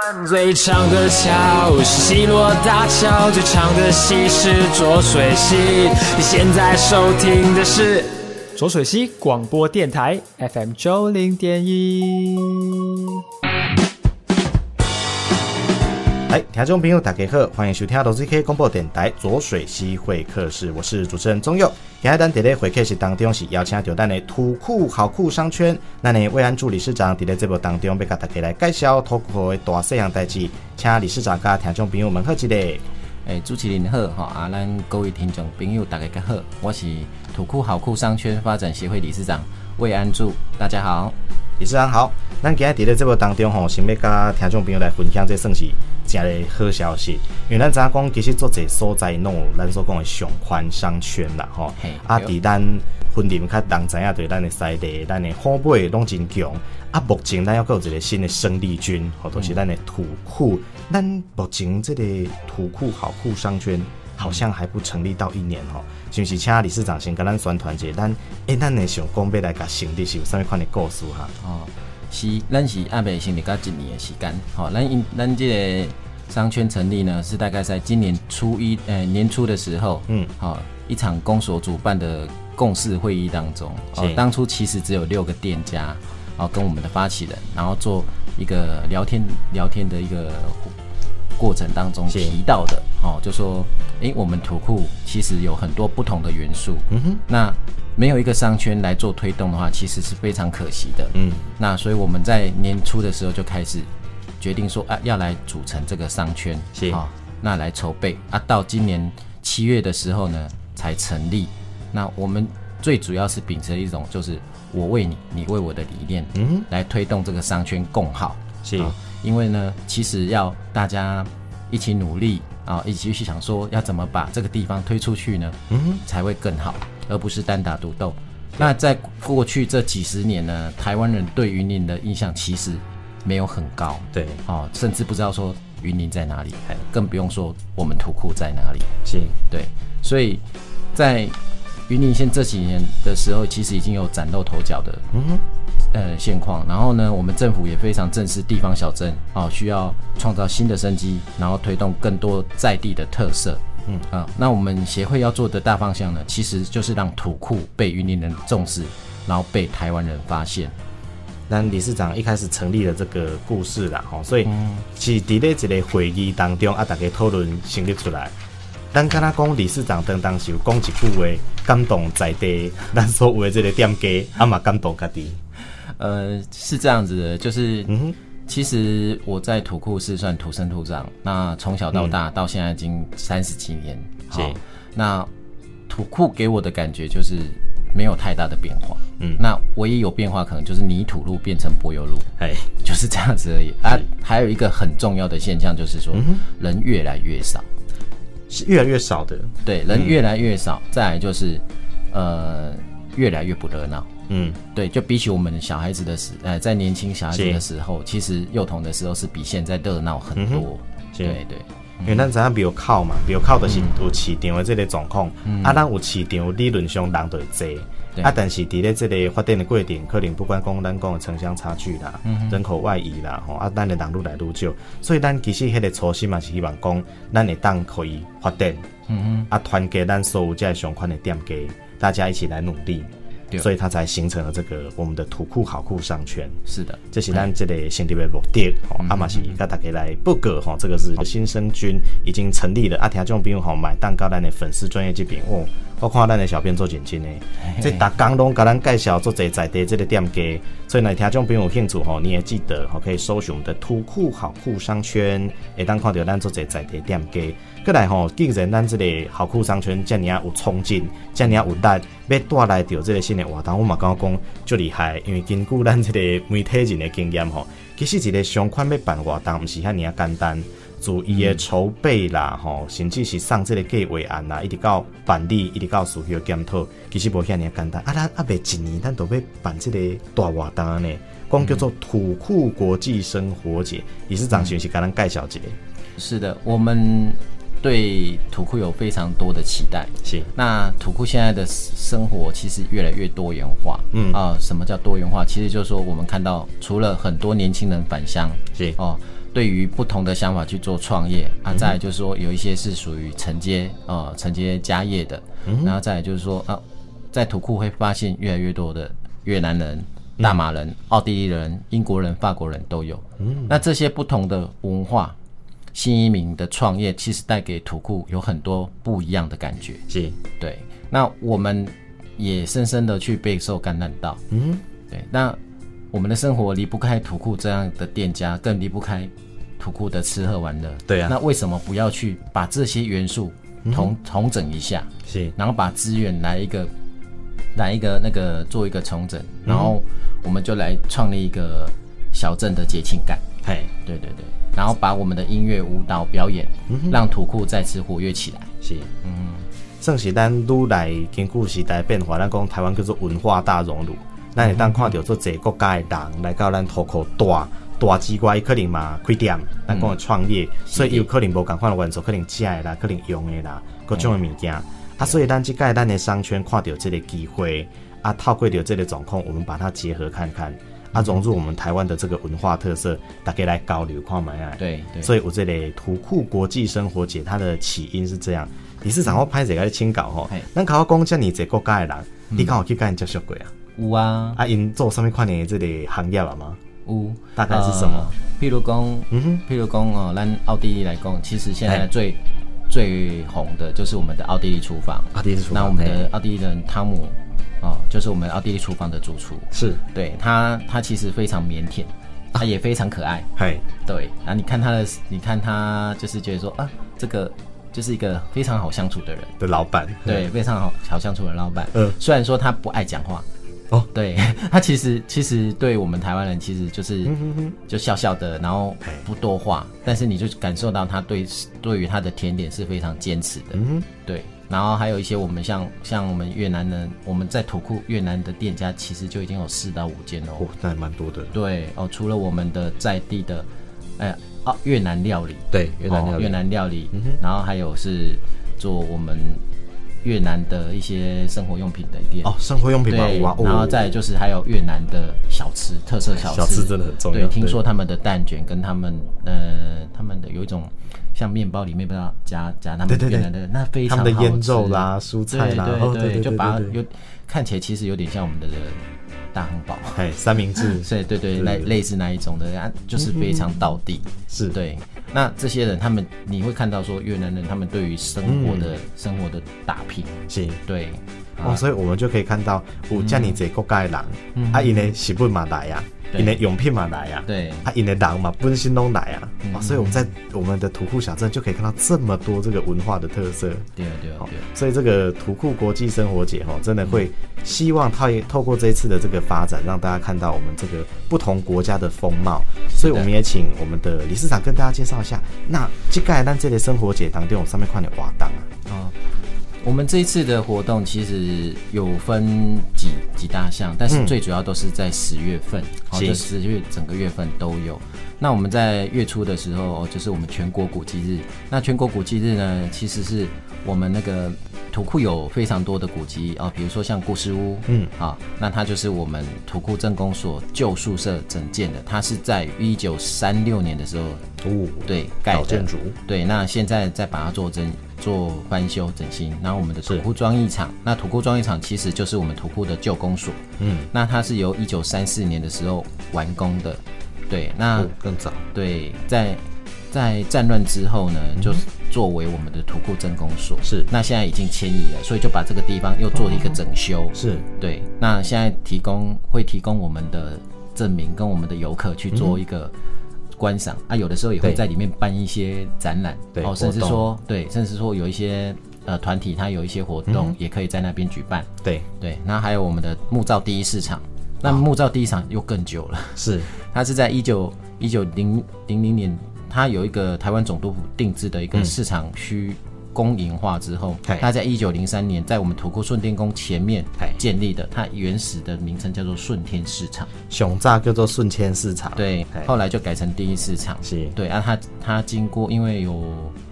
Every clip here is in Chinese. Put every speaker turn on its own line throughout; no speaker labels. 湾最长的桥是西罗大桥，最长的溪是浊水溪。你现在收听的是浊水溪广播电台 FM 九零点一。
来，听众朋友大家好，欢迎收听到 ZK 广播电台左水溪会客室，我是主持人钟佑。今日咱伫咧会客室当中是邀请到咱的土库好库商圈，咱的魏安助理事长伫咧节目当中要甲大家来介绍土库的大细项代志，请理事长甲听众朋友们好一下。
诶、主持人好吼，啊，咱各位听众朋友大家好，我是土库好库商圈发展协会理事长魏安柱，大家好。
理事长好，咱今日伫咧节目当中吼，想要甲听众朋友来分享，这算是真个好消息。因为咱知影讲，其实做者所在拢有咱所讲的上宽商圈啦吼
嘿，
啊，
对
伫咱分林较人知影，对咱的西地、咱的后背拢真强。啊，目前咱还佫有一个新的生力军，吼，都
嗯
是咱的土库。咱目前这个土库好库商圈。好像还不成立到一年吼，是不是请理事长先跟咱宣传一下？咱诶，咱的想讲要来甲成立是有啥物款的故事哈、
哦，是，咱是阿北成立到一年的时间，吼、咱因咱这个商圈成立呢，是大概在今年初一，呃，年初的时候，
嗯
好、一场公所主办的共事会议当中，哦
是，
当初其实只有六个店家，哦，跟我们的发起人，然后做一个聊天聊天的一个过程当中
是
提到的，哦，就说，诶，我们土库其实有很多不同的元素，嗯哼，那没有一个商圈来做推动的话，其实是非常可惜的，
嗯，
那所以我们在年初的时候就开始决定说啊，要来组成这个商圈，
是
啊、那来筹备啊，到今年七月的时候呢才成立。那我们最主要是秉持一种就是我为你，你为我的理念，嗯，来推动这个商圈共好。
是
啊因为呢，其实要大家一起努力啊，一起去想说要怎么把这个地方推出去呢，嗯，才会更好，而不是单打独斗。那在过去这几十年呢，台湾人对云林的印象其实没有很高，
对，
哦，甚至不知道说云林在哪里
嘿，
更不用说我们土库在哪里。
是
对，所以在云林县这几年的时候，其实已经有崭露头角的，嗯，呃，现况。然后呢，我们政府也非常正视地方小镇哦，需要创造新的生机，然后推动更多在地的特色。嗯啊、那我们协会要做的大方向呢，其实就是让土库被云林人重视，然后被台湾人发现。
咱理事长一开始成立了这个故事啦，吼，所以是伫咧一个会议当中啊，大家讨论成立出来。咱敢若讲理事长当当时有讲一句话，感动在地，咱所有的这个店家，啊嘛感动家己。
呃，是这样子的，就是，其实我在土库是算土生土长，那从小到大、到现在已经三十几年，好
是，
那土库给我的感觉就是没有太大的变化，嗯，那唯一有变化可能就是泥土路变成柏油路，
哎，
就是嗯这样子而已啊。还有一个很重要的现象就是说，人越来越少，
是越来越少的，
对，人越来越少，再来就是，呃，越来越不热闹，
嗯，
对，就比起我们小孩子的时，呃，在年轻小孩子
是嗯
的时候，其实幼童的时候是比现在热闹很多。
是
对对，嗯
因为咱知影庙口嘛，庙口就是有市场的这个状况，啊，咱有市场理论上人就会多，
嗯对
啊，但是伫咧这个发展的过程，可能不管讲咱讲的城乡差距啦、
嗯
人口外移啦，吼，啊，咱的人愈来愈少，所以咱其实迄个初心嘛是希望讲，咱会当可以发展，
嗯
啊，团结咱所有这些相关的店家，大家一起来努力，
对
所以它才形成了这个我们的土库好库商圈。
是的，
这是咱这个成立的目的，吼、啊嘛是甲大家来报告吼，这个是新生军已经成立了，啊，听众朋友吼，买蛋糕咱的粉丝专业这边哦，我看咱的小编做认真诶，这逐工拢甲咱介绍做者在地这个店家，所以呢，听众朋友有兴趣吼，你也记得吼，可以搜寻我们的土库好库商圈，会当看到咱做者在地店家。过来吼，既然咱这个好库商圈遮尔啊有冲劲，遮尔啊有力，要带来着这个新的活动，我嘛感觉讲足厉害，因为根据咱这个媒体人的经验吼，其实一个商圈要办活动，毋是遐尔啊简单。自伊的筹备啦，吼、甚至是送这个计划案啦，一直到办理，一直到事后检讨，其实无遐尔啊简单。啊，咱啊，未一年，咱都要办这个大活动呢，讲叫做土库国际生活节，理事长是不是甲咱介绍一下？
是的，我们对土库有非常多的期待。
是，
那土库现在的生活其实越来越多元化，嗯啊、什么叫多元化？其实就是说我们看到，除了很多年轻人返乡，
是
哦，对于不同的想法去做创业啊，再来就是说有一些是属于承接啊、呃承接家业的，然后再来就是说啊，在土库会发现越来越多的越南人、大马人、奥地利人、英国人、法国人都有，那这些不同的文化。新移民的创业其实带给土库有很多不一样的感觉，
是，
对，那我们也深深的去备受感染到，
嗯，
对，那我们的生活离不开土库这样的店家，更离不开土库的吃喝玩乐。
对啊嗯
那为什么不要去把这些元素同重整一下，
是，
然后把资源来一个来一个那个做一个重整，
嗯
然后我们就来创立一个小镇的节庆感。
嘿，
对对对，然后把我们的音乐、舞蹈、表演，
嗯
让土库再次活跃起来。
是，嗯，算是咱愈来经过时代变化，咱讲台湾叫做文化大熔炉，咱会当看到做侪国家的人来到咱土库大大之外，伊可能嘛开店，咱讲的创业，所以伊有可能无共款的元素，可能食的啦，可能用的啦，各种的物件。啊，所以咱即届咱的商圈看到这个机会，啊，透过着这个状况，我们把它结合看看，啊，融入我们台湾的这个文化特色，大家来交流看卖啊。
对对，
所以我这里图库国际生活节，它的起因是这样。理事长，我拍这个清稿吼
嘿，嗯
咱考我讲遮尔这国家的人，你敢有去跟因接触过啊？
有啊，
啊，因做什么款的这个行业啊吗？
有，
大概是什么
呃
嗯
譬如讲，
哼哎
譬如讲哦，咱奥地利来讲，其实现在最最红的就是我们的奥地利厨房。
奥地利厨房哎
那我们
嘿
的奥地利人汤姆，哦，就是我们奥地利厨房的主厨。
是，
对他，他其实非常腼腆，他也非常可爱。
嘿，
对，然后你看他的，你看他就是觉得说啊，这个就是一个非常好相处的人，
的老板，
对，非常好好相处的老板。
嗯
虽然说他不爱讲话，
哦，
对 他其实其实对我们台湾人其实就是
嗯
就笑笑的，然后不多话，但是你就感受到他对对于他的甜点是非常坚持的，
嗯，
对。然后还有一些我们像像我们越南人，我们在土库越南的店家其实就已经有四到五间哦
哦，，那还蛮多的，
对哦，除了我们的在地的，哎、啊越南料理，
对，越南料
哦、
理嗯
越南料理，然后还有是做我们越南的一些生活用品的店。
哦，生活用品嘛，
对，
有啊，哦
然后再就是还有越南的小吃，特色小吃，
小吃真的很重要
对，听
对
说他们的蛋卷跟他们呃，他们的有一种像面包里面不知道夹夹他
对
们
对
越
对
南的那非
他
常
们的
好
腌肉
吃
啦、蔬菜啦，
对
哦，
对
对对，
就把它
对对
有看起来其实有点像我们的大汉堡。
嘿三明治，
所以对对，
对
类
对嗯
类似那一种的，啊，就是非常道地。
是，
对，那这些人他们你会看到说越南人他们对于生活的、生活的打拼，
是。
对，
嗯哦，
啊
所以我们就可以看到有这么侪国家的人，啊，因的食物嘛来啊，
嗯对
因的用品嘛来啊，
对
啊，因的人嘛本身都来啊，哦，所以我们在我们的土库小镇就可以看到这么多这个文化的特色。哦
对对对，
所以这个土库国际生活节哈、哦，真的会希望透透过这一次的这个发展，让大家看到我们这个不同国家的风貌。所以我们也请我们的理事长跟大家介绍一下，那这个咱这类生活节当中有上面看的活动啊，
哦，我们这一次的活动其实有分几几大项，但是最主要都是在十月份，哦，
嗯是
这十月整个月份都有。那我们在月初的时候，哦就是我们全国古迹日。那全国古迹日呢，其实是我们那个土库有非常多的古迹哦，比如说像故事屋，
嗯，
啊、那它就是我们土库镇公所旧宿舍整建的，它是在一九三六年的时候
哦，
对盖
老
的
建筑，
对，那现在再把它做整做翻修整新，然后我们的土库装艺厂，那土库装艺厂其实就是我们土库的旧公所，
嗯，
那它是由一九三四年的时候完工的，对，那、
哦，更早，
对在在战乱之后呢，就是作为我们的土库镇公所，
是
那现在已经迁移了，所以就把这个地方又做了一个整修，
是，
对，那现在提供会提供我们的证明跟我们的游客去做一个观赏、啊，有的时候也
嗯对
会在里面办一些展览，
对
哦，
活
甚至
动
说对，甚至说有一些呃团体它有一些活动、
嗯
也可以在那边举办，
对，
对，那还有我们的木造第一市场，那木造第一市场又更久了，
是，
它是在一九一九零零零年，它有一个台湾总督府定制的一个市场区公营化之后，
嗯嘿
它在一九零三年在我们土库顺天宫前面
嘿
建立的，它原始的名称叫做顺天市场，
熊炸叫做顺迁市场，
对
嘿，
后来就改成第一市场，
是
对啊，它它经过因为有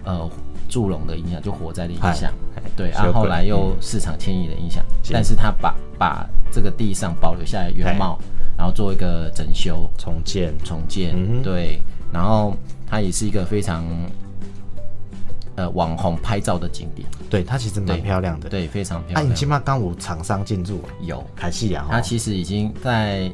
呃祝融的影响，就火灾
哎
的影响
嘿，
对
是
啊
有，
后
可能
来又市场迁移的影响，
嗯是
但是它把把这个地上保留下来原貌，然后做一个整修，
重建，
重建，对。然后它也是一个非常呃网红拍照的景点，
对，它其实蛮漂亮的。，
对，非常漂
啊，你
亮。嗯
起码刚有厂商进驻啊，
有，
还是呀，
它
哈，
其实已经在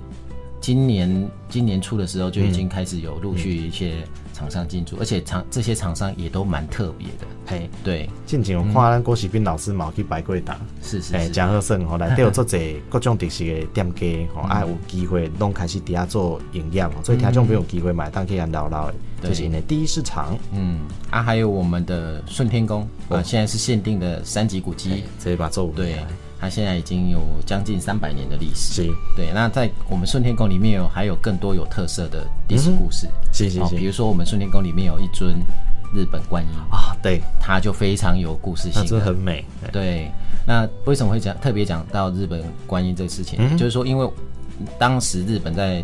今年今年初的时候就已
嗯
经开始有陆续一些厂商进驻，而且厂这些厂商也都蛮特别的。
嘿，
对，
进前有看咱郭喜斌老师嘛有去排过档，
是是
嘿，
是，
真好耍吼，内底 有做者各种特色的店家
嗯
吼，啊有机会拢开始伫遐做营业吼，所以听众朋友有机会买当去咱聊聊的，这是因的第一市场，
嗯啊，还有我们的顺天宫
哦
啊，现在是限定的三级古迹，
这把做有名
对，它现在已经有将近三百年的历史。
是
对，那在我们顺天宫里面有还有更多有特色的历
嗯
史故事，
是是
哦比
是
如说我们顺天宫里面有一尊日本观音，
啊，对，
它就非常有故事
那
性
真
的。
的很美，嘿
对，那为什么会讲特别讲到日本观音这个事情？
嗯
就是说，因为当时日本在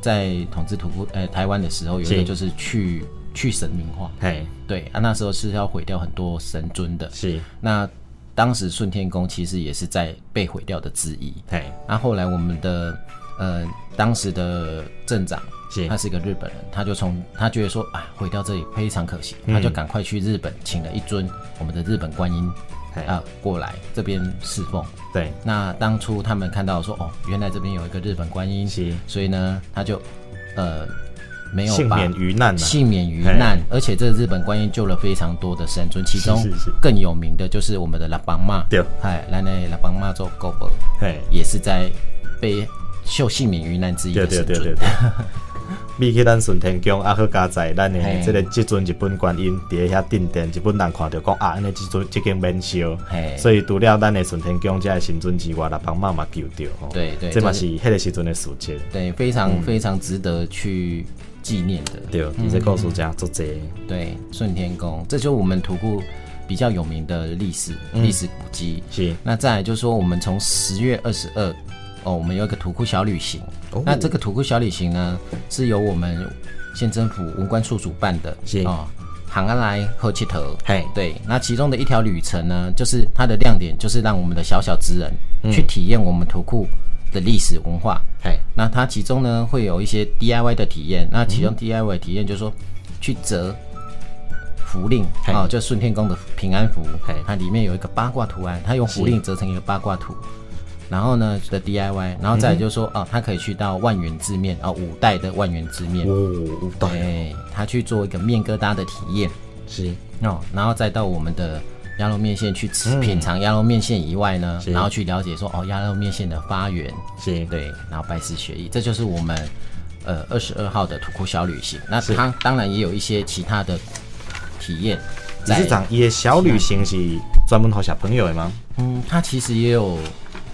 在统治土库呃台湾的时候，有一
是
个就是去去神明化，
嘿，
对啊，那时候是要毁掉很多神尊的。
是，
那当时顺天宫其实也是在被毁掉的之一。
嘿，
那、后来我们的呃当时的镇长，
是
他是一个日本人，他就从他觉得说啊毁掉这里非常可惜，
嗯
他就赶快去日本请了一尊我们的日本观音
嘿
啊、过来这边侍奉。
对，
那当初他们看到说哦，原来这边有一个日本观音，
是
所以呢他就呃没有
幸
把
免于难呐，啊
幸免于难，而且这个日本观音救了非常多的神尊，其中
是是
更有名的就是我们的拉邦妈，
对
哎，咱的拉邦妈做狗伯，
嘿，
也是在被秀幸免于难之一
对
的
对
神
对对
尊。
对。比起咱顺天宫啊，好加载咱
嘿
的这个即阵日本观音伫遐定殿，日本人看到讲啊，安尼即阵即间免烧
嘿，
所以除了咱的顺天宫遮的神尊之外，啦，帮妈妈救着吼。
对对
这嘛
这
是迄个时阵的事情。
对，非常
嗯
非常值得去纪念的。
对，伊这故事真足济。
对，顺天宫，这就是我们土库比较有名的历史
嗯
历史古迹。
是
那再来就是说，我们从十月二十二，哦，我们有一个土库小旅行。
哦
那这个土库小旅行呢，是由我们县政府文官处主办的，
是
哦，杭安来和气头。
嘿
对，那其中的一条旅程呢，就是它的亮点就是让我们的小小之人、去体验我们土库的历史文化。
嗯嘿，
那它其中呢会有一些 DIY 的体验，那
嗯
其中 DIY 的体验就是说去折符令
嘿
哦，就顺天宫的平安符
嘿，
它里面有一个八卦图案，它用符令折成一个八卦图。然后呢的 DIY，然后再来就是
嗯
说、哦，他可以去到万元字面哦，五代的万元字面，
哦，有道理
对，他去做一个面疙瘩的体验
是
哦，然后再到我们的鸭肉面线去吃、品尝鸭肉面线以外呢，
是
然后去了解说哦，鸭肉面线的发源，
是，
对，然后拜师学艺，这就是我们呃二十二号的土库小旅行。那它当然也有一些其他的体验
理
在。
事长伊的小旅行是专门给小朋友的吗？
嗯，它其实也有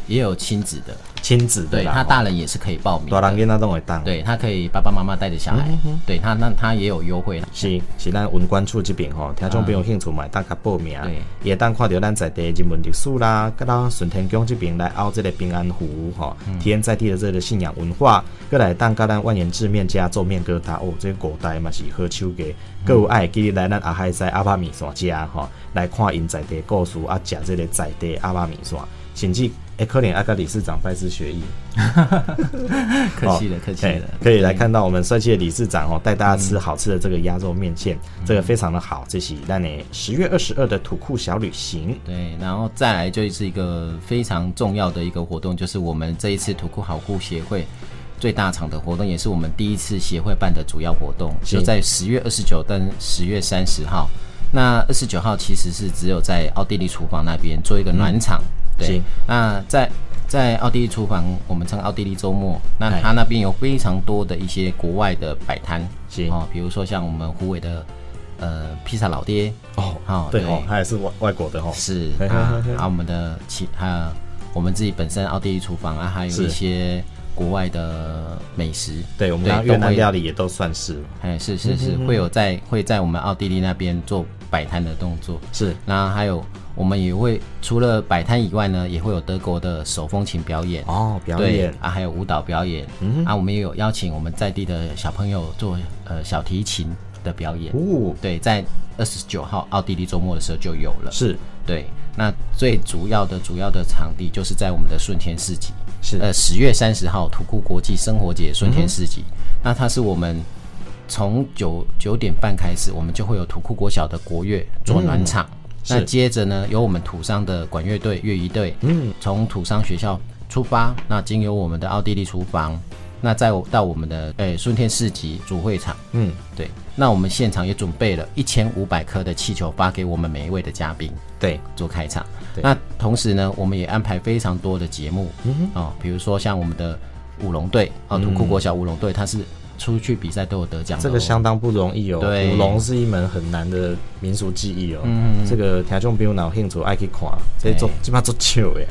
也有亲子的，
亲子的
对，
啦，
它
吼
大人也是可以报名的。
大人囡仔拢会当。
对，它可以爸爸妈妈带着小孩，对它那它也有优惠。
是是咱文管处这边吼，听众朋友兴趣嘛，当甲报名
对，
也当看到咱在地的人文历史啦，甲咱顺天宫这边来凹这个平安符吼，体验在地的这个信仰文化，过来当甲咱万元制面家做面疙瘩哦，这个五代嘛是好手艺，各有爱记得来咱阿海在阿爸面线家吼，来看因在地的故事啊，食这个在地的阿爸面线，甚至诶可能阿啊甲理事长拜师学艺。
客气了，客气
哎
了。
可以来看到我们帅气的理事长哦，带大家吃好吃的这个鸭肉面线，这个非常的好。这是让你十月二十二的土库小旅行，
对，然后再来就是一个非常重要的一个活动，就是我们这一次土库好库协会最大场的活动，也是我们第一次协会办的主要活动，
是
就在十月二十九跟十月三十号。那二十九号其实是只有在奥地利厨房那边做一个暖场，嗯对
是。
那在在奥地利厨房，我们称奥地利周末，那它那边有非常多的一些国外的摆摊，
是
哦，比如说像我们湖北的呃披萨老爹
哦
好
对哦，他也是外外国的哦，
是
嘿嘿
啊
嘿嘿，
啊，我们的其还有我们自己本身奥地利厨房啊，还有
是
一些国外的美食，
对我们刚刚
都
越南
会
料理也都算是
哎，是是是，会有在会在我们奥地利那边做摆摊的动作。
是
那还有我们也会除了摆摊以外呢，也会有德国的手风琴表演。
哦，表
对
演嗯
啊，还有舞蹈表演，啊，我们也有邀请我们在地的小朋友做呃小提琴的表演，
哦
对，在二十九号奥地利周末的时候就有了，
是
对，那最主要的主要的场地就是在我们的顺天市集，呃
是嗯
呃十月三十号土库国际生活节顺天市集，那它是我们从九九点半开始，我们就会有土库国小的国乐做暖场。那
嗯是
接着呢，由我们土商的管乐队、乐仪队，嗯，从土商学校出发，那经由我们的奥地利厨房，那再到我们的诶顺天市集主会场，
嗯，
对。那我们现场也准备了一千五百颗的气球发给我们每一位的嘉宾，
对，
做开场。
对
那同时呢，我们也安排非常多的节目，嗯、哦，比如说像我们的舞龙队，啊、土库国小舞龙队，它是出去比赛都有得奖的、哦，
嗯这个相当不容易哦。
对
舞龙是一门很难的民俗技艺哦。这个听众朋友有兴趣爱去看，这做基本上做笑的呀。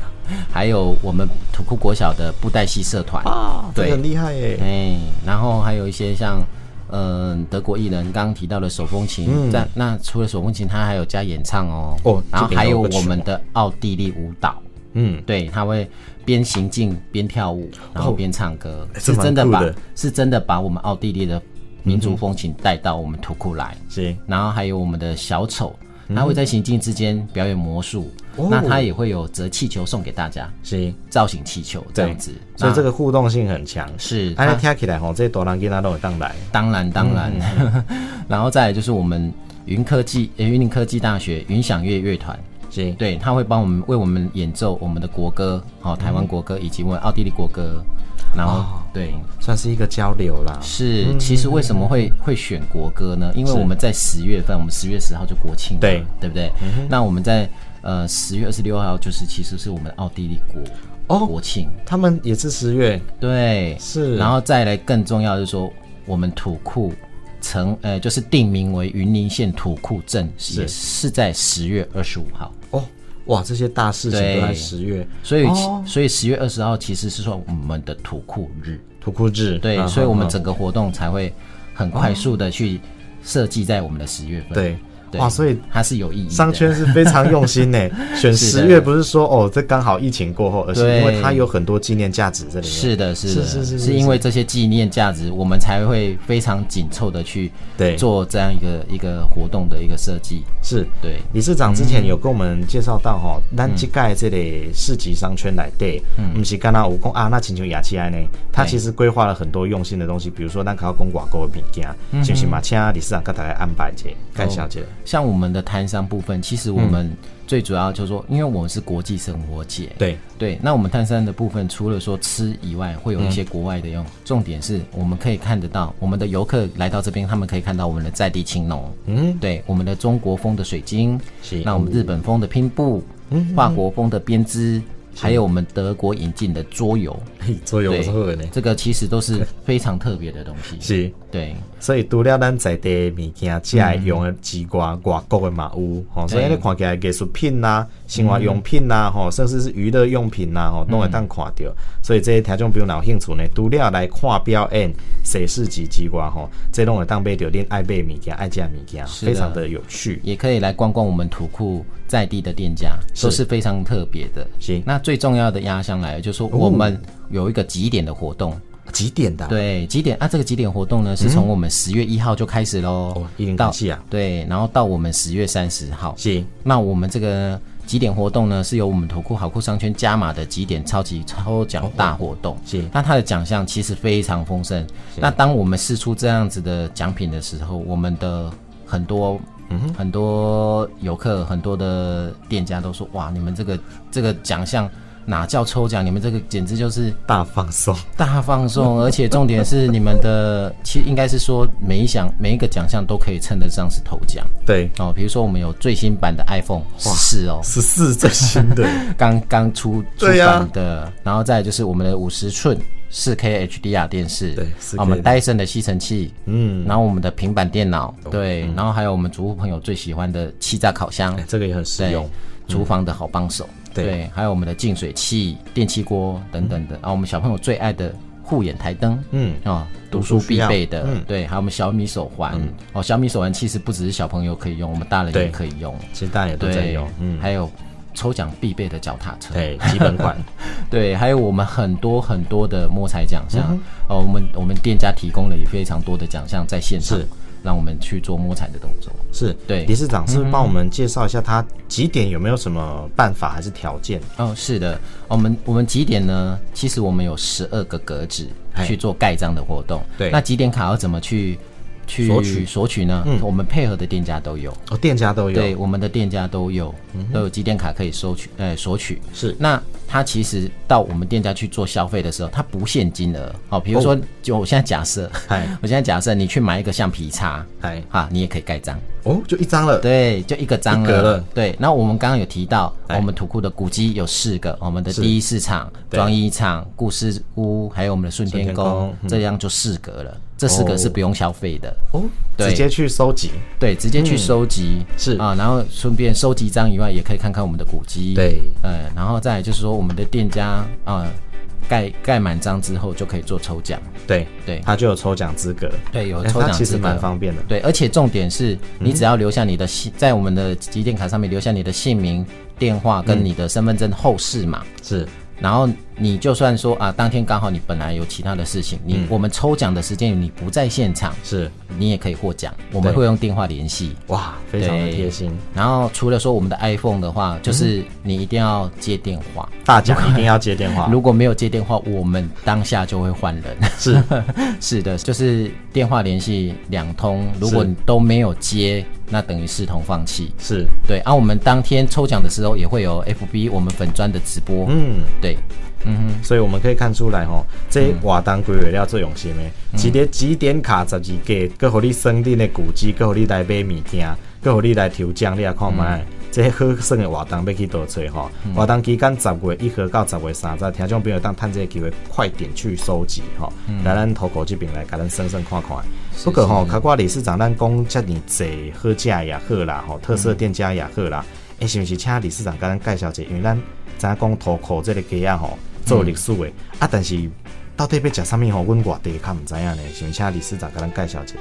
还有我们土库国小的布袋戏社团，
啊，这
对
个很厉害耶。
哎，然后还有一些像，嗯、德国艺人刚刚提到的手风琴，但那除了手风琴，它还有加演唱哦，
嗯哦
然后
这边
还有
有个
我们
球
的奥地利舞蹈，
嗯，
对，他会边行进边跳舞，然后边唱歌，
哦哎
是
这蛮
真的
酷
把
的
是真的把我们奥地利的民族风情带到我们土库来，
行，
然后还有我们的小丑，他会在行进之间表演魔术，
嗯哦
那他也会有折气球送给大家，
行，
造型气球这样
对
子，
所以
那
这个互动性很强。
是
哎，
它
听起来吼，这大人囡仔都会当来。
当然当然，
嗯
然后再来就是我们云科技呃云林科技大学云享乐乐团，
行，
对，他会帮我们为我们演奏我们的国歌，好、台湾国歌以及我们奥地利国歌，然后、对。
算是一个交流啦。
是，其实为什么会会选国歌呢？因为我们在十月份，我们十月十号就国庆嘛，
对
对不对？那我们在呃十月二十六号，就是其实是我们奥地利国、
哦
国庆，
他们也是十月，
对，
是
然后再来更重要的是说，我们土库城，呃，就是定名为云林县土库镇，也是在十月二十五号。
哦，哇，这些大事情都在
对
十月。
所以，
哦
所以十月二十号其实是说我们的土库日，
土库日，
对，
啊
所以我们
啊
整个活动才会很快速的去设计在我们的十月份。
啊对，
对
哇，所以
它是有意义的。
商圈是非常用 心呢，选
是的
十月不是说哦，这刚好疫情过后，而是
对
因为它有很多纪念价值在里面。
是的，是的，
是是是是
因为这些纪念价值，我们才会非常紧凑的去
对
做这样一个一个活动的一个设计。
是，
对，
理事长之前有跟我们介绍到吼，咱即届这个市集商圈来对，不是干那有讲啊，那请求雅琪安呢，他其实规划了很多用心的东西，比如说咱考公广告的物件，是不是嘛？请理事长给大家安排一下，介绍一下。
像我们的摊商部分，其实我们
嗯
最主要就是说，因为我们是国际生活节，
对，
对，那我们摊商的部分除了说吃以外，会有一
嗯
些国外的用。重点是我们可以看得到，我们的游客来到这边，他们可以看到我们的在地青农，
嗯，
对，我们的中国风的水晶
是，嗯
那我们日本风的拼布，法国风的编织，还有我们德国引进的桌游，
嘿桌游不错的呢，
这个其实都是非常特别的东西。
是。
对，
所以除了咱在地的物件，只会用的之外，外国的嘛有，吼、所以你看起来艺术品啦、生活用品
嗯
啦、吼、甚至是娱乐用品啦、吼，拢会当看到。所以这些听众朋友若有兴趣呢，除了来看表演、写市集之外，吼，这拢会当买到恁爱买的物件、爱食的物件，
是的
非常的有趣。
也可以来逛逛我们土库在地的店家，都是非常特别的。
是哦
那最重要的压箱来了，就是说我们有一个几点的活动。
几点的、，
对，几点啊？这个几点活动呢，是从我们十月一号就开始喽、
嗯哦已经
到
开始啊
对，然后到我们十月三十号。
是
那我们这个几点活动呢，是由我们投库好库商圈加码的几点超级抽奖大活动。
哦是
那它的奖项其实非常丰盛。那当我们试出这样子的奖品的时候，我们的很多。
嗯
很多游客、很多的店家都说：“哇，你们这个这个奖项哪叫抽奖？你们这个简直就是
大放松，
大放送， 而且重点是你们的，其实应该是说每一项每一个奖项都可以称得上是头奖
对，
哦。比如说我们有最新版的 iPhone 十四哦，
十四最新 的，
刚刚出出
对呀
版的，然后再来就是我们的五十寸四 K HDR 电视，
对
啊我
4K
们戴森的吸尘器，
嗯，
然后我们的平板电脑，对，然后还有我们主妇朋友最喜欢的气炸烤箱
哎，这个也很实
对
用。，
厨房的好帮手，
对
还有我们的净水器、电气锅等等的，啊，我们小朋友最爱的护眼台灯，
嗯
啊，读
书
书
需
必
要
备的，
嗯
对，还有我们小米手环，哦，小米手环其实不只是小朋友可以用，我们大人
对
也可以用，
其实大家也都在
对
用，，嗯，
还有抽奖必备的脚踏车，
对，基本款，
对，还有我们很多很多的摸彩奖
嗯
项，哦，我们我们店家提供了也非常多的奖项在现场
是，
让我们去做摸彩的动作。
是
对
理事长是不是帮我们介绍一下他几点有没有什么办法还是条件？
哦，是的，我们我们几点呢？其实我们有十二个格子
哎
去做盖章的活动。
对
那几点卡要怎么去去
索取
索取呢，我们配合的店家都有。
哦，店家都有，嗯
对，我们的店家都有、都有积电卡可以收取，呃，索取。
是
那他其实到我们店家去做消费的时候，他不限金额。好、比如说，就我现在假设
哦嗨，
我现在假设你去买一个橡皮擦，
嗨
哈，你也可以盖章。
哦，就一张了，
对，就一个章
一格了
对，那我们刚刚有提到，
哎
我们土库的古迹有四个，我们的第一市场、
对
庄一厂、故事屋，还有我们的顺天
顺天宫嗯
宫，这样就四格了。这四
哦
个是不用消费的。
哦，
对
直接去收集，
对，直接去收集、
嗯是
啊，然后顺便收集章以外，也可以看看我们的古迹。
对
呃，然后再来就是说我们的店家啊、盖盖满章之后就可以做抽奖。
对
对
他就有抽奖资格，
对，有
哎
抽
它
奖
其实
资格
蛮方便的嗯
对，而且重点是你只要留下你的姓，在我们的集电卡上面留下你的姓名、电话
嗯
跟你的身份证后事码。
是
然后你就算说啊，当天刚好你本来有其他的事情，你、
嗯
我们抽奖的时间你不在现场，
是，
你也可以获奖。我们
对
会用电话联系。
哇，非常的
对
贴心，嗯
然后除了说我们的 iPhone 的话，就是你一定要接电话，
大奖一定要接电话，
如果没有接电话，我们当下就会换人。
是
是的，就是电话联系两通，如果你都没有接，那等于视同放弃。
是，
对，啊，我们当天抽奖的时候也会有 FB 我们粉砖的直播。
嗯。
对，
所以我们可以看出来吼，这活动规划了最用心的，一个几点卡十二个，搁互你生定的古迹，搁互你来买物件，搁互你来抽奖，你也看卖。这好耍的活动要去倒找吼，活动期间十月一号到十月三十，听众朋友当趁这个机会快点去收集吼，来咱土狗这边来甲咱算算看看。不过吼，卡瓜理事长咱讲遮尔济好食也好啦吼，特色店家也好啦，诶、欸是毋是请理事长甲咱介绍者，因为咱知影讲土口这个鸡仔吼。做历史的、啊，但是到底要食啥物吼，阮外地较毋知影呢，想请理事长甲咱介绍一下。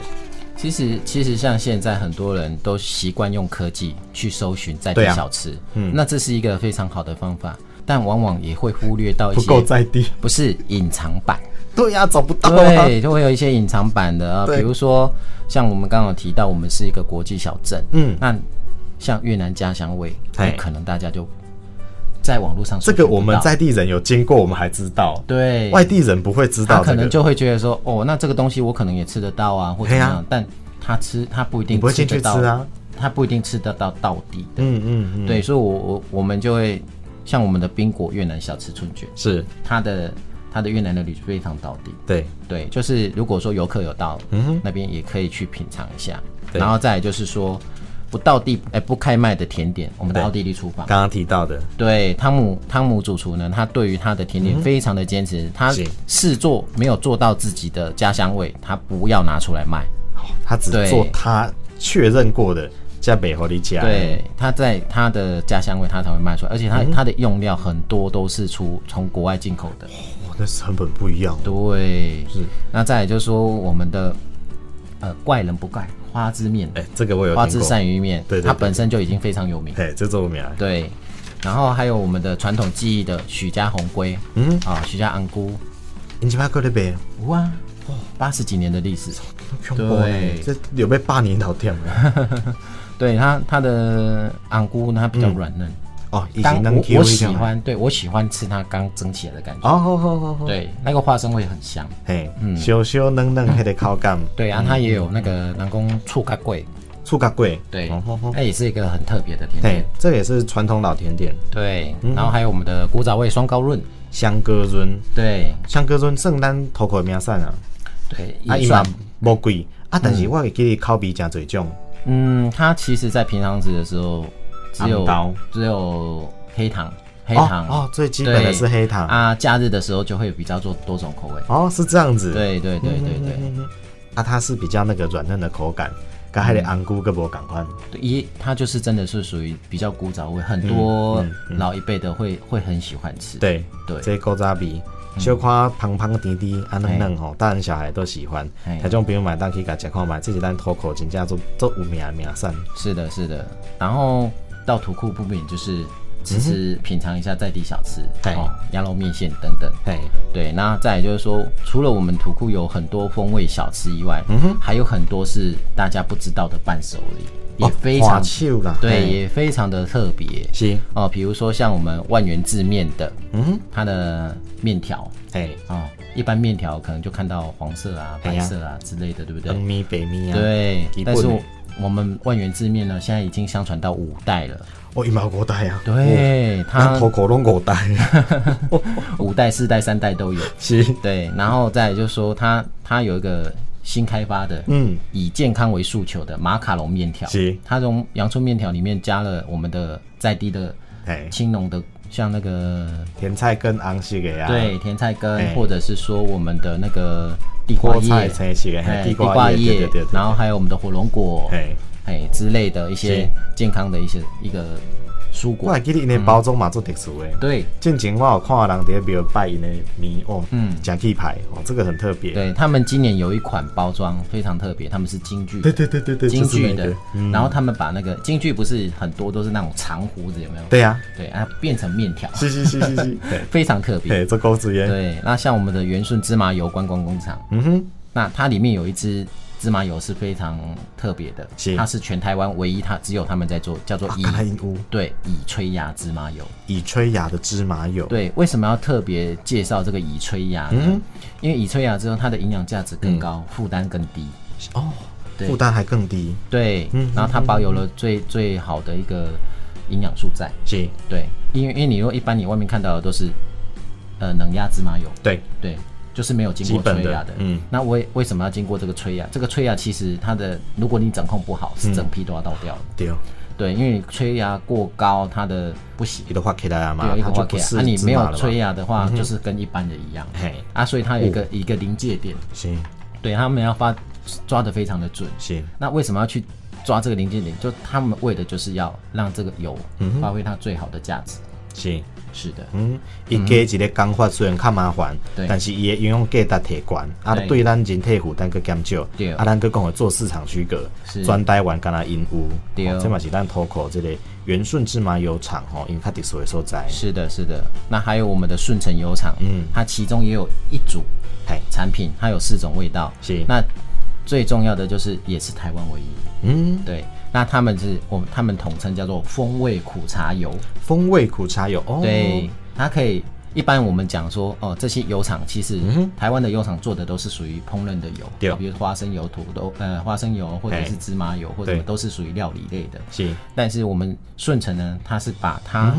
其实其实像现在很多人都习惯用科技去搜寻在地
对啊
小吃，那这是一个非常好的方法，但往往也会忽略到一
不
些
够在地，
不是隐藏版。
对呀、找不到啊。
对，就会有一些隐藏版的啊，
对
比如说像我们刚刚有提到，我们是一个国际小镇，
嗯
那像越南家乡味，
嘿
那可能大家就在网络上
这
搜寻
个
不
我们
到
在地人有经过，我们还知道，
对
外地人不会知
他
道
可
这
能
个。
就会觉得说，哦，那这个东西我可能也吃得到啊，或怎么
嘿
样
啊，
但他吃他不一定
你不会进去
得到
吃啊，
他不一定吃得到到底的，
嗯嗯嗯，
对，所以我我我们就会像我们的冰果越南小吃春卷，
是，
它的它的越南的旅非常到底。
对，
对，就是如果说游客有到、
嗯
那边，也可以去品尝一下。然后再来就是说，不到地哎、不开卖的甜点，我们的
对
奥地利厨房。
刚刚提到的，
对汤姆汤姆主厨呢，他对于他的甜点非常的坚持，他
嗯是
试做没有做到自己的家乡味，他不要拿出来卖。
他只
对
做他确认过的，在北河里家。，
对，他在他的家乡味他才会卖出来，而且他、
嗯
他的用料很多都是出从国外进口的。
哇，那成本不一样哦。
对，是。那再来就是说我们的呃怪人不怪花枝面，
哎，这个我有
花
听
枝
过。
鳝鱼面，
对对对
它本身就已经非常有名。
哎，这做我们啊，
对，然后还有我们的传统技艺的许家红龟，嗯啊，许家昂菇，
你去拍过那边，
哇，八十几年的历史。
恐怖欸
对
这有被霸年头店啊了。
对它它的昂菇呢，它比较软嫩，
哦，以
刚
前能
我
Q
我
一
喜
下吗。
欢，对我喜欢吃它刚蒸起来的感觉。
哦，好好好好。
对，那个花生味很香。
嘿，
嗯
小小嫩嫩迄个口 感，
对啊，它也有那个南宫醋咖桂，
醋甲粿，
对
嗯哦吼吼，
那也是一个很特别的甜
嘿
点。，
这也是传统老甜点，
对，
嗯
然后还有我们的古早味双高润，
香哥润，
对
香哥润算咱头壳名产啊，
对，
啊
也
伊
算
嘛无贵，啊但是我会记得口味真侪种，
嗯，它其实在平常时的时候，只
红
有
豆
只有黑糖，黑糖
哦哦最基本的是黑糖
对啊。假日的时候就会比较做多种口味。
哦是这样子，，
对对对对对，
啊它是比较那个软嫩的口感，甲迄个
嗯
红菇个无共款，
对一它就是真的是属于比较古早味，很多老一辈的会会很喜欢吃。
嗯对
对嗯
这古早味。小看芳芳甜甜啊嫩嫩吼，大人小孩都喜欢。
嘿
台中朋友买当去甲食看买，这是咱脱口真正做做有名的名产。
是的，是的。然后到土库不免就是吃吃品尝一下在地小吃，
嗯对
哦，鸭肉面线等等。
嘿，
对，那再来就是说，除了我们土
嗯
库有很多风味小吃以外，还有很多是大家不知道的伴手礼。也非常、
哦手啦，
对，
嘿
也非常的特别。
是
哦，比如说像我们万元制面的，
嗯，
它的面条
哎，
哦，一般面条可能就看到黄色啊、
哎
白
呀
色啊之类的，对不对
东？米北米啊，，
对
基，
但
本
是
的
我我们万元制面呢，现在已经相传到五代了。
哦，一毛五代啊，
对，
咱
它
头壳拢五代，
五代、四代、三代都有。
是，
对，然后再来就是说它它有一个新开发的，
嗯，
以健康为诉求的马卡龙面条，
是
它从洋葱面条里面加了我们的在地的
哎，
青农的，像那个
甜菜根红色的啊，
对，甜菜根，
哎
或者是说我们的那个地瓜
菠菜
叶、
青色的，嘿
哎
地
地
瓜叶，
叶
对对对，对
然后还有我们的火龙果，
哎，
哎之类的一些
是
健康的一些一个蔬
我
果
还。记得因的包装嘛做特殊的。
对
之前我有看人伫庙拜因的面哦，嗯，讲气派哦，这个很特别。
对，他们今年有一款包装非常特别，他们是京剧，
对对对对对，
京
就是
剧
那
的
个，嗯，
然后他们把那个京剧不是很多都是那种长胡子，有没有？
对呀，
对啊，变成面条，
是是是是是，对
非常特别。
对，做高职员，
对，那像我们的元顺芝麻油观光工厂，
嗯哼，
那它里面有一支芝麻油是非常特别的，
是
它是全台湾唯一，它只有他们在做，叫做以、
阿因乌
对以催芽芝麻油。
以吹芽的芝麻油，
对，为什么要特别介绍这个以催芽
嗯
呢？因为以催芽之后，它的营养价值更高，负担更低。
哦，
对
负担还更低，
对，
嗯
然后它保有了最最好的一个营养素在。
是，
对，因为因为你如果一般你外面看到的都是，呃，冷压芝麻油，
对，
对，就是没有经
基
过
本的
催芽的。
嗯，
那为为什么要经过这个催芽？这个催芽其实它的，如果你掌控不好，
嗯
是整批都要倒掉的。
对，哦
对，因为你催芽过高，它的不行。
伊都发起来啊嘛
对，，一
它
个
就
花
不
给
是
啊，你
芝
没
麻
有
了
催
嘛，
芽的话，就是跟一般的一样。
嘿，哦
啊，所以它有一个一个临界点，
是
对他们要发抓的非常的准。
是，
那为什么要去抓这个临界点？就他们为的就是要让这个油
嗯
发挥它最好的价值。
是。
是的，
嗯，伊加一个讲法虽然较麻烦，
对
但是伊的营养价值提悬，啊，
对
对咱人体负担佫减少
对，
啊，咱佫讲的做市场区隔
是，
专台湾敢若因有，
对
哦这嘛是咱透过这个元顺芝麻油厂吼，因较特殊的所在，
是的，是的。那还有我们的顺成油厂，
嗯
它其中也有一组
嘿，
产品，它有四种味道。
是
那最重要的就是也是台湾唯一。
嗯，
对，那他们是我们他们统称叫做风味苦茶油。
风味苦茶油，哦，
对，它可以。一般我们讲说，哦，这些油厂其实台湾的油厂做的都是属于烹饪的油，
嗯对
啊比如花生油、土豆呃花生油或者是
嘿
芝麻油或者
对
什么都是属于料理类的。
是，
但是我们顺成呢，它是把它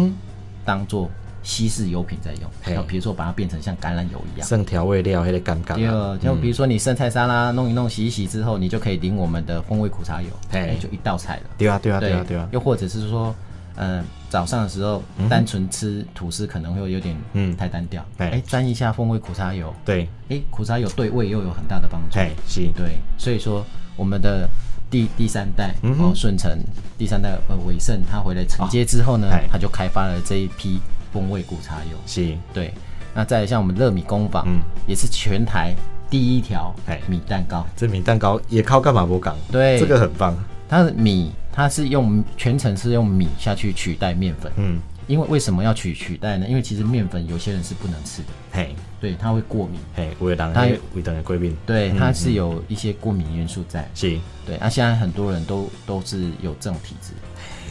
当做西式油品在用，
嘿
然后比如说把它变成像橄榄油一样。
剩调味料迄个感
第
觉啊，
二，就比如说你生菜沙拉弄一弄、洗一洗之后，你就可以淋我们的风味苦茶油，
嘿
哎，就一道菜了。
对啊，对啊，对啊，对啊，
又或者是说，呃，早上的时候单纯吃吐司可能会有点
嗯
太单调，
嘿
哎，沾一下风味苦茶油，
对，
哎，苦茶油对胃又有很大的帮助。
嘿，是，
对，所以说我们的第第三代，
嗯
然后顺成第三代呃伟盛，他回来承接之后呢，
哎
他就开发了这一批风味古茶油。
是，
对，那再来像我们乐米工坊，也是全台第一条
嗯哎
米蛋糕，
这米蛋糕也靠干嘛不讲？
对
这个很棒，
它的米它是用全程是用米下去取代面粉，
嗯，
因为为什么要取取代呢？因为其实面粉有些人是不能吃的，
嘿，
对，他会过敏，
嘿，有的人
它
迄胃肠的过敏，
对，
嗯
它是有一些过敏元素在，
是，
对，啊，现在很多人都都是有这种体质，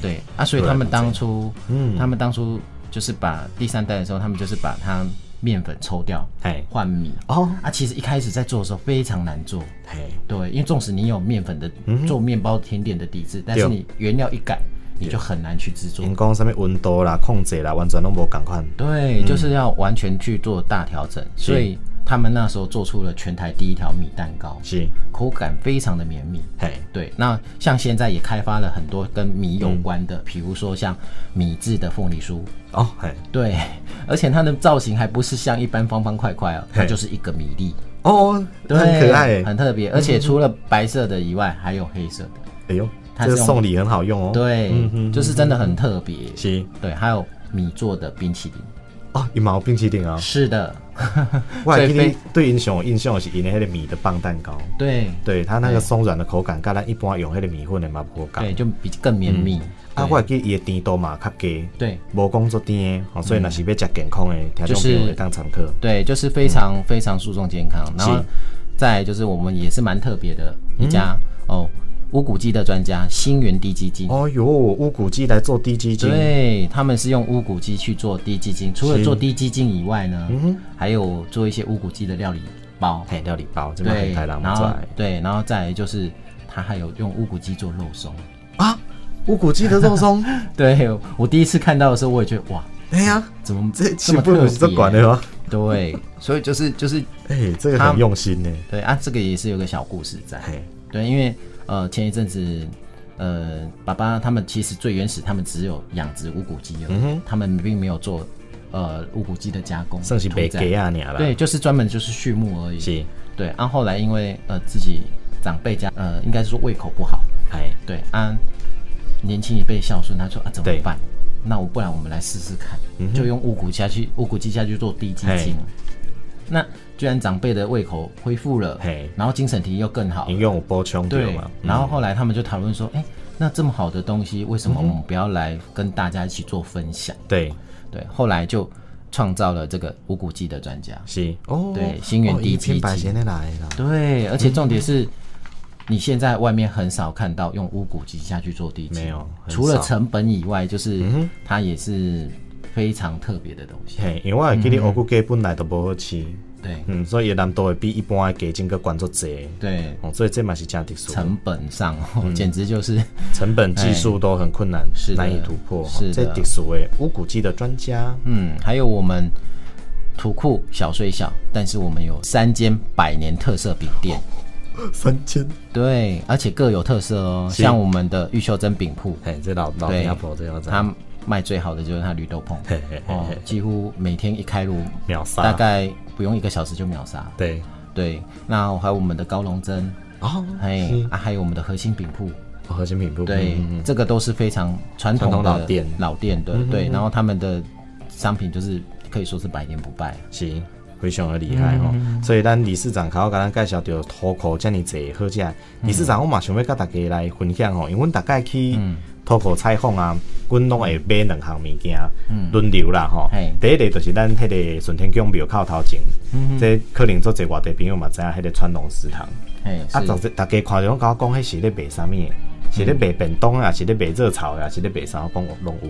对，啊，所以
对
他们
不
当初，
嗯
他们当初就是把第三代的时候，他们就是把它面粉抽掉，
嘿，
换米。
哦，
啊，其实一开始在做的时候非常难做，
嘿，
对，因为纵使你有面粉的做面包甜点的底子，但是
嗯对哦嗯
你原料一改，你就很难去制作
因。讲啥物温度啦、控制啦，完全拢无共款。
对，就是要完全去做大调整，所以他们那时候做出了全台第一条米蛋糕，
是，
口感非常的绵密。
嘿，
对，那像现在也开发了很多跟米有关的，比、如说像米制的凤梨酥，
哦，嘿，
对，而且它的造型还不是像一般方方块块哦，它就是一个米粒，
哦，
对，
很可爱耶。
很特别，而且除了白色的以外，还有黑色的，
哎呦，
它
这
是
个
用
送礼很好用哦。，
对，就是真的很特别，
是，
对，还有米做的冰淇淋，
哦，羽毛冰淇淋啊，
是的，
我还记
所以
得
非
对印象有印象的是因迄个米的棒蛋糕，
对，
对它那个松软的口感，跟咱一般用迄个米粉的嘛无共。
对，就比更绵密，
啊，我还记得伊的甜度嘛较低，
对。嗯
无讲做甜的，哦所以若是要食健康的，听众朋友会当参考。
对，就是非常、
嗯
非常注重健康。然后再来就是我们也是蛮特别的一家哦，无骨鸡的专家星源低基金。
嗯哦哟，乌骨鸡来做低基金，
对，他们是用乌骨鸡去做低基金，除了做低基金以外呢，
嗯
还有做一些乌骨鸡的料理包，
嘿，料理包这边
对，
很台南
然后
在
对，然后再来就是他还有用乌骨鸡做肉 松。
啊，乌骨鸡的肉 松，
对我第一次看到的时候，我也觉得哇，
哎呀，
怎么
这岂
这么
不
特
如
别？
这管的哦吗？
对，所以就是就是
哎，这个很用心呢，
对啊，这个也是有个小故事在。
嘿，
对，因为呃前一阵子，呃爸爸他们其实最原始，他们只有养殖无骨鸡而
嗯
已，他们并没有做呃无骨鸡的加工，
算是白
屠宰
给啊你啦，
对，，就是专门就是畜牧而已。
是，
对，啊后来因为呃自己长辈家呃应该是说胃口不好，
哎，
对啊年轻一辈孝顺，他说啊怎么
对嗯
办？那我不然我们来试试看，就用乌骨下去，乌骨鸡下去做低基
嘿
金。那居然长辈的胃口恢复了
嘿，
然后精神体又更好了，
营养有补充对
对
嘛，，嗯
然后后来他们就讨论说，哎、那这么好的东西，为什么我
嗯
们不要来跟大家一起做分享？
对，
对，后来就创造了这个无骨鸡的专家。
是，哦，
对新源低基金
哦一片白钱的来啦，
对，而且重点
嗯
是，你现在外面很少看到用无骨鸡下去做低基，
没有很
除了
少嗯
成本以外，就是、它也是非常特别的东西。
嘿，因为我会
嗯
记得乌骨鸡本来都无好吃，
对
嗯，所以难度会比一般的鸡精个关注济，
对，
哦，所以这嘛是真特殊，
成本上、哦
嗯
简直就是
成本技术都很困难，
是的
难以突破，哦
是的
这特殊的乌骨鸡的专家，
嗯，还有我们土库小虽小，但是我们有三间百年特色饼店，嗯
三千，
对，而且各有特色哦。
是哦
像我们的玉秀珍饼铺，
嘿，这老老
对
阿婆这样子，啊
它卖最好的就是它绿豆椪，
嘿嘿嘿
哦
嘿，
几乎每天一开炉，
秒杀，
大概不用一个小时就秒杀。
对，
对，那还有我们的高龙珍，
哦，
嘿，啊，还有我们的核心饼铺，
哦核心品部，
对，
嗯
这个都是非常传统的
传统老店嗯
老店的，对，然后他们的商品就是可以说是百年不败。
是非常的厉害吼、
嗯
所以咱理事长考甲咱介绍着土库遮尔济好
嗯
食。理事长，我嘛想要甲大家来分享吼，因为阮大概去
嗯
土库采访啊，阮拢会买两项物件轮流啦吼
嗯嘿。嗯
第一个就是咱迄个顺天宫庙口头前，这可能做侪外地朋友嘛知影迄个川龙食堂。
嘿，
啊，
是
大家大家看着拢甲我讲，迄是咧卖啥物的？是咧卖便当啊，是咧卖热炒啊，是咧卖啥？我讲拢有。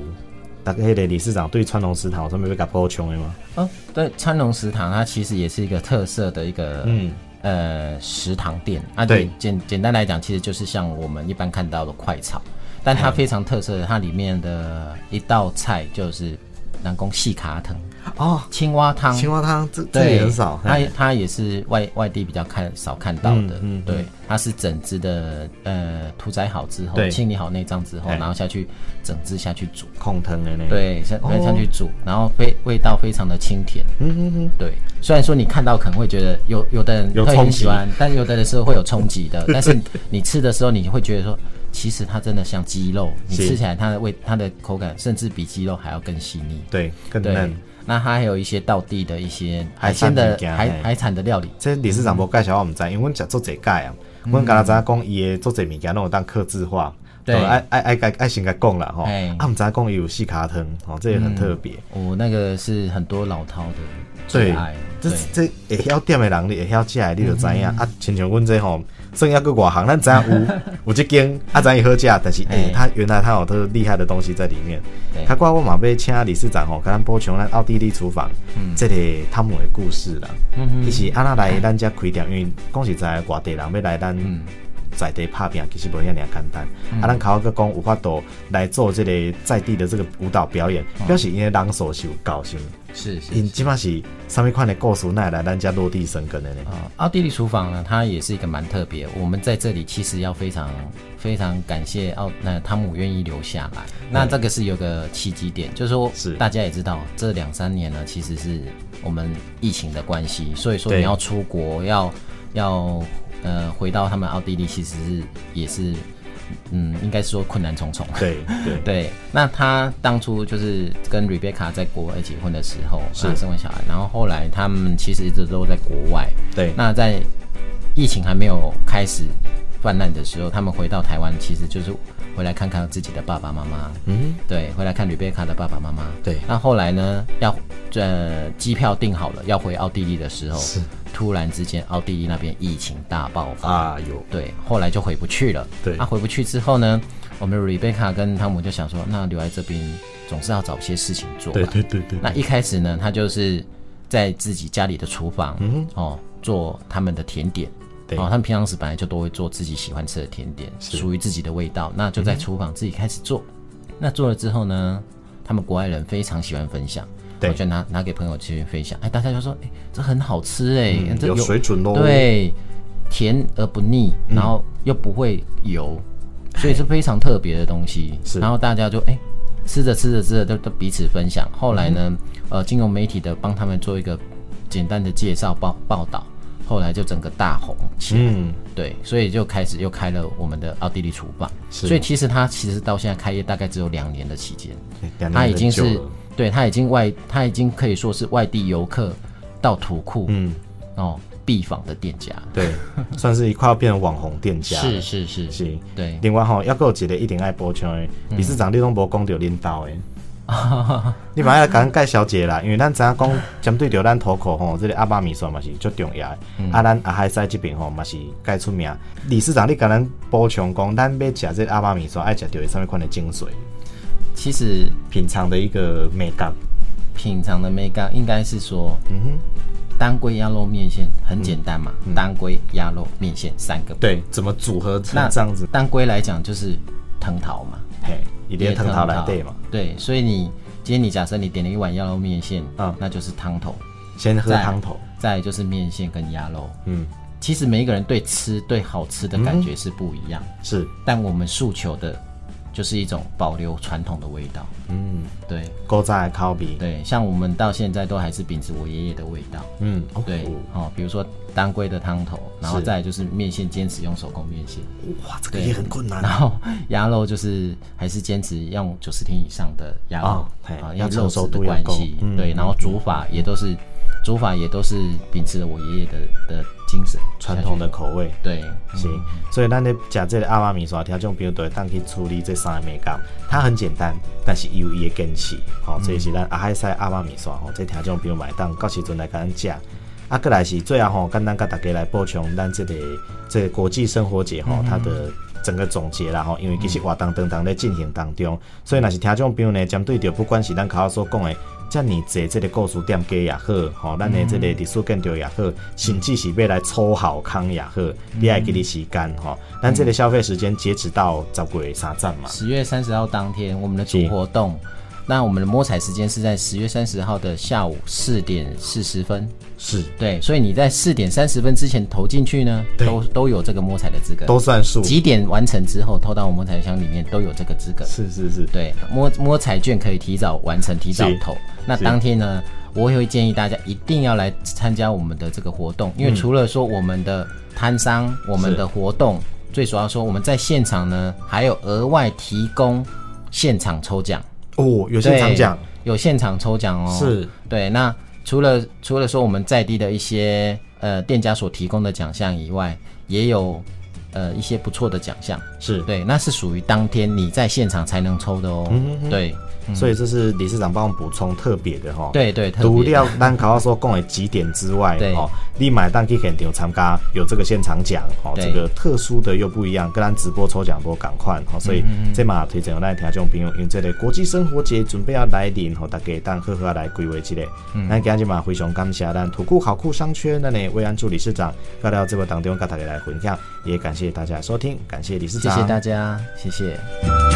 大家迄个理事长对川龙食堂有啥物要甲补充的吗？
哦，对，川龙食堂它其实也是一个特色的一个，嗯，呃，食堂店啊。
对
简简简单来讲，其实就是像我们一般看到的快炒，但
嗯
它非常特色的，它里面的一道菜就是南宫细卡藤
哦，
青蛙汤，
青蛙汤这这
对
也很少，
它
嘿
也它也是外外地比较看少看到的，
嗯嗯
对，它是整只的，呃，屠宰好之后，
对
清理好内脏之后，
哎
然后下去整只下去煮，
控汤的呢。，
对，下
哦
下去煮，然后非味道非常的清甜，
嗯哼哼，
对，虽然说你看到可能会觉得有有的人
有
会
冲
很
击
喜欢，但有的人是会有冲击 的。但是你吃的时候，你会觉得说，其实它真的像鸡肉，你
是
吃起来它的味、它的口感，甚至比鸡肉还要更细腻。
对，更
对
嫩。，
那它还有一些道地的一些
嗯海
海
产
鲜
的
的
物件哎
海
嘿
海产的料理，
这理事长无介绍我毋知，因为阮食做侪届啊，阮敢若知影讲伊的做侪物件拢有当克制化，
对
就爱爱爱爱爱先甲讲啦吼，
哎
啊毋知影讲伊有细卡汤，吼，这也很特别。
我、哦那个是很多老饕的最
对
爱。，
这
对，嗯
这会晓点的人，你会晓食的，你就知影啊。亲像阮这吼，算抑个外行，咱知影 有有即间，啊知影伊好食，但是诶，
嘿
他原来他有他厉害的东西在里面
对。
他挂我嘛要请理事长吼，甲咱补充咱奥地利厨房
嗯
这个他们的故事啦。其实安那来咱遮开店，因为讲实在的，外地人要来咱。
嗯
在地拍拼其实无遐尔简单，啊，咱考个讲有法度来做这个在地的这个舞蹈表演，
嗯
表示因的人数是有够先。
是是
因即马是啥物款的故事，哪会来咱家落地生根的呢？
啊，奥地利厨房呢，它也是一个蛮特别。我们在这里其实要非常非常感谢奥那汤姆愿意留下来。那这个是有个契机点，就是说
嗯是
大家也知道，这两三年呢，其实是我们疫情的关系，所以说
对
你要出国要要呃回到他们奥地利，其实是也是嗯，应该是说困难重重。
对对
对，那他当初就是跟 Rebecca 在国外结婚的时候，
是
啊生完小孩，然后后来他们其实一直都在国外。
对，
那在疫情还没有开始泛滥的时候，他们回到台湾，其实就是回来看看自己的爸爸妈妈。
嗯，
对，回来看吕贝卡的爸爸妈妈。
对
那后来呢，要呃机票订好了，要回奥地利的时候，突然之间奥地利那边疫情大爆发，
啊有
对，后来就回不去了。
对
啊，回不去之后呢，我们 Rebecca 跟汤姆就想说，那留在这边总是要找些事情做吧。
对对对对，
那一开始呢，他就是在自己家里的厨房，嗯、哦，做他们的甜点。
对
哦，他们平常时本来就都会做自己喜欢吃的甜点，属于自己的味道。那
嗯
就在厨房自己开始做。那做了之后呢，他们国外人非常喜欢分享，
对
我就拿拿给朋友去分享。哎，大家就说，哎，这很好吃哎、
嗯
这
有水准咯
对，甜而不腻，
嗯
然后又不会油，所以是非常特别的东西。
哎是
然后大家就哎、吃着吃着吃着都都彼此分享。后来呢，
嗯
呃，金融媒体的帮他们做一个简单的介绍报报道，后来就整个大红起来。
嗯
对，所以就开始又开了我们的奥地利厨房。
是
所以其实它其实到现在开业大概只有两年的期间，
两年
它已经
很
是
久了
对它已经外它已经可以说是外地游客到土库、
嗯
哦必访的店家。
对，算是一块要变成网红店家了
是是是
是。
对，
另外吼，还佫有一个一定爱补充的，理事长你拢无讲到恁兜的，你嘛要甲咱介绍一下啦，因为咱知影讲针对着咱土口吼，这个阿爸米线嘛是足重要的，啊咱阿海西这边吼嘛是介出名。理事长你甲咱补充讲，咱要食这个阿爸米线爱食着上面款的精髓，
其实
品尝的一个美感。
品尝的 mega 应该是说
嗯哼，嗯
当归鸭肉面线很简单嘛，当归鸭肉面线三个。，
对，怎么组合
那
成这样子？
当归来讲就是藤桃嘛，
嘿，一定汤头来底嘛，
对，所以你今天你假设你点了一碗鸭肉面线，
嗯
那就是汤头，
先喝
再来
汤头，
再来就是面线跟鸭肉。
嗯，
其实每一个人对吃对好吃的感觉是不一样，
是，
但我们诉求的就是一种保留传统的味道。
嗯，
对
古早的口味，
对，像我们到现在都还是秉持我爷爷的味道。
嗯，哦
对，哦，比如说当归的汤头，然后再来就是面线，坚持用手工面线，
哇，这个也很困难啊
然后鸭肉就是还是坚持用九十天以上的鸭肉
哦嘿
啊，要
要
肉
成熟
质的
度要
关
够
系，
嗯
对，然后煮法也都是煮法也都是秉持了我爷爷的的精神
传统的口味。
对，嗯
是，所以咱咧食这个阿妈面线，听众朋友都会当去处理这三个美感。它很简单，但是它有伊的坚持，吼、这是咱阿海西阿妈面线吼，这听众朋友买当到时阵来甲咱食。啊，过来是最后吼，简单甲大家来补充咱这个这个国际生活节吼，它的整个总结啦吼，因为其实活动当当咧进行当中，所以若是听众朋友呢，针对着不管是咱口所讲的。遮尔济即个故事店家也好，吼、咱的即个历史建筑也好，甚至是要来粗好康也好，你爱给你时间吼、咱这个消费时间截止到十月三站嘛，
十月三十号当天我们的主
是
活动，那我们的摸彩时间是在十月三十号的下午四点四十分，
是
对，所以你在四点三十分之前投进去呢，
对
都都有这个摸彩的资格，
都算数，
几点完成之后投到我们摸彩箱里面都有这个资格。
是是是，
对，摸摸彩券可以提早完成，提早
是
投。那当天呢，我也会建议大家一定要来参加我们的这个活动，
嗯
因为除了说我们的摊商、我们的活动，最主要说我们在现场呢还有额外提供现场抽奖，
哦，有些常讲
对有现场抽奖哦。
是，
对。那除了除了说我们在地的一些呃店家所提供的奖项以外，也有呃一些不错的奖项。
是，
对，那是属于当天你在现场才能抽的哦。对
所以这是理事长帮我们补充特别的吼。
对对，特
除
别
了咱口所讲的几点之外
对，
哦，你买单去现场参加有这个现场奖，哦，
对
这个特殊的又不一样，跟咱直播抽奖不赶快，哦，所以这嘛推荐咱的听众朋友，因为这个国际生活节准备要来临，哦，大家当好好来规划一下。咱今日嘛非常感谢咱土库考库商圈咱的魏安助理事长，到了这个当中跟大家来分享，也感谢大家的收听，感谢理事
谢
长，
谢大家，谢谢。
谢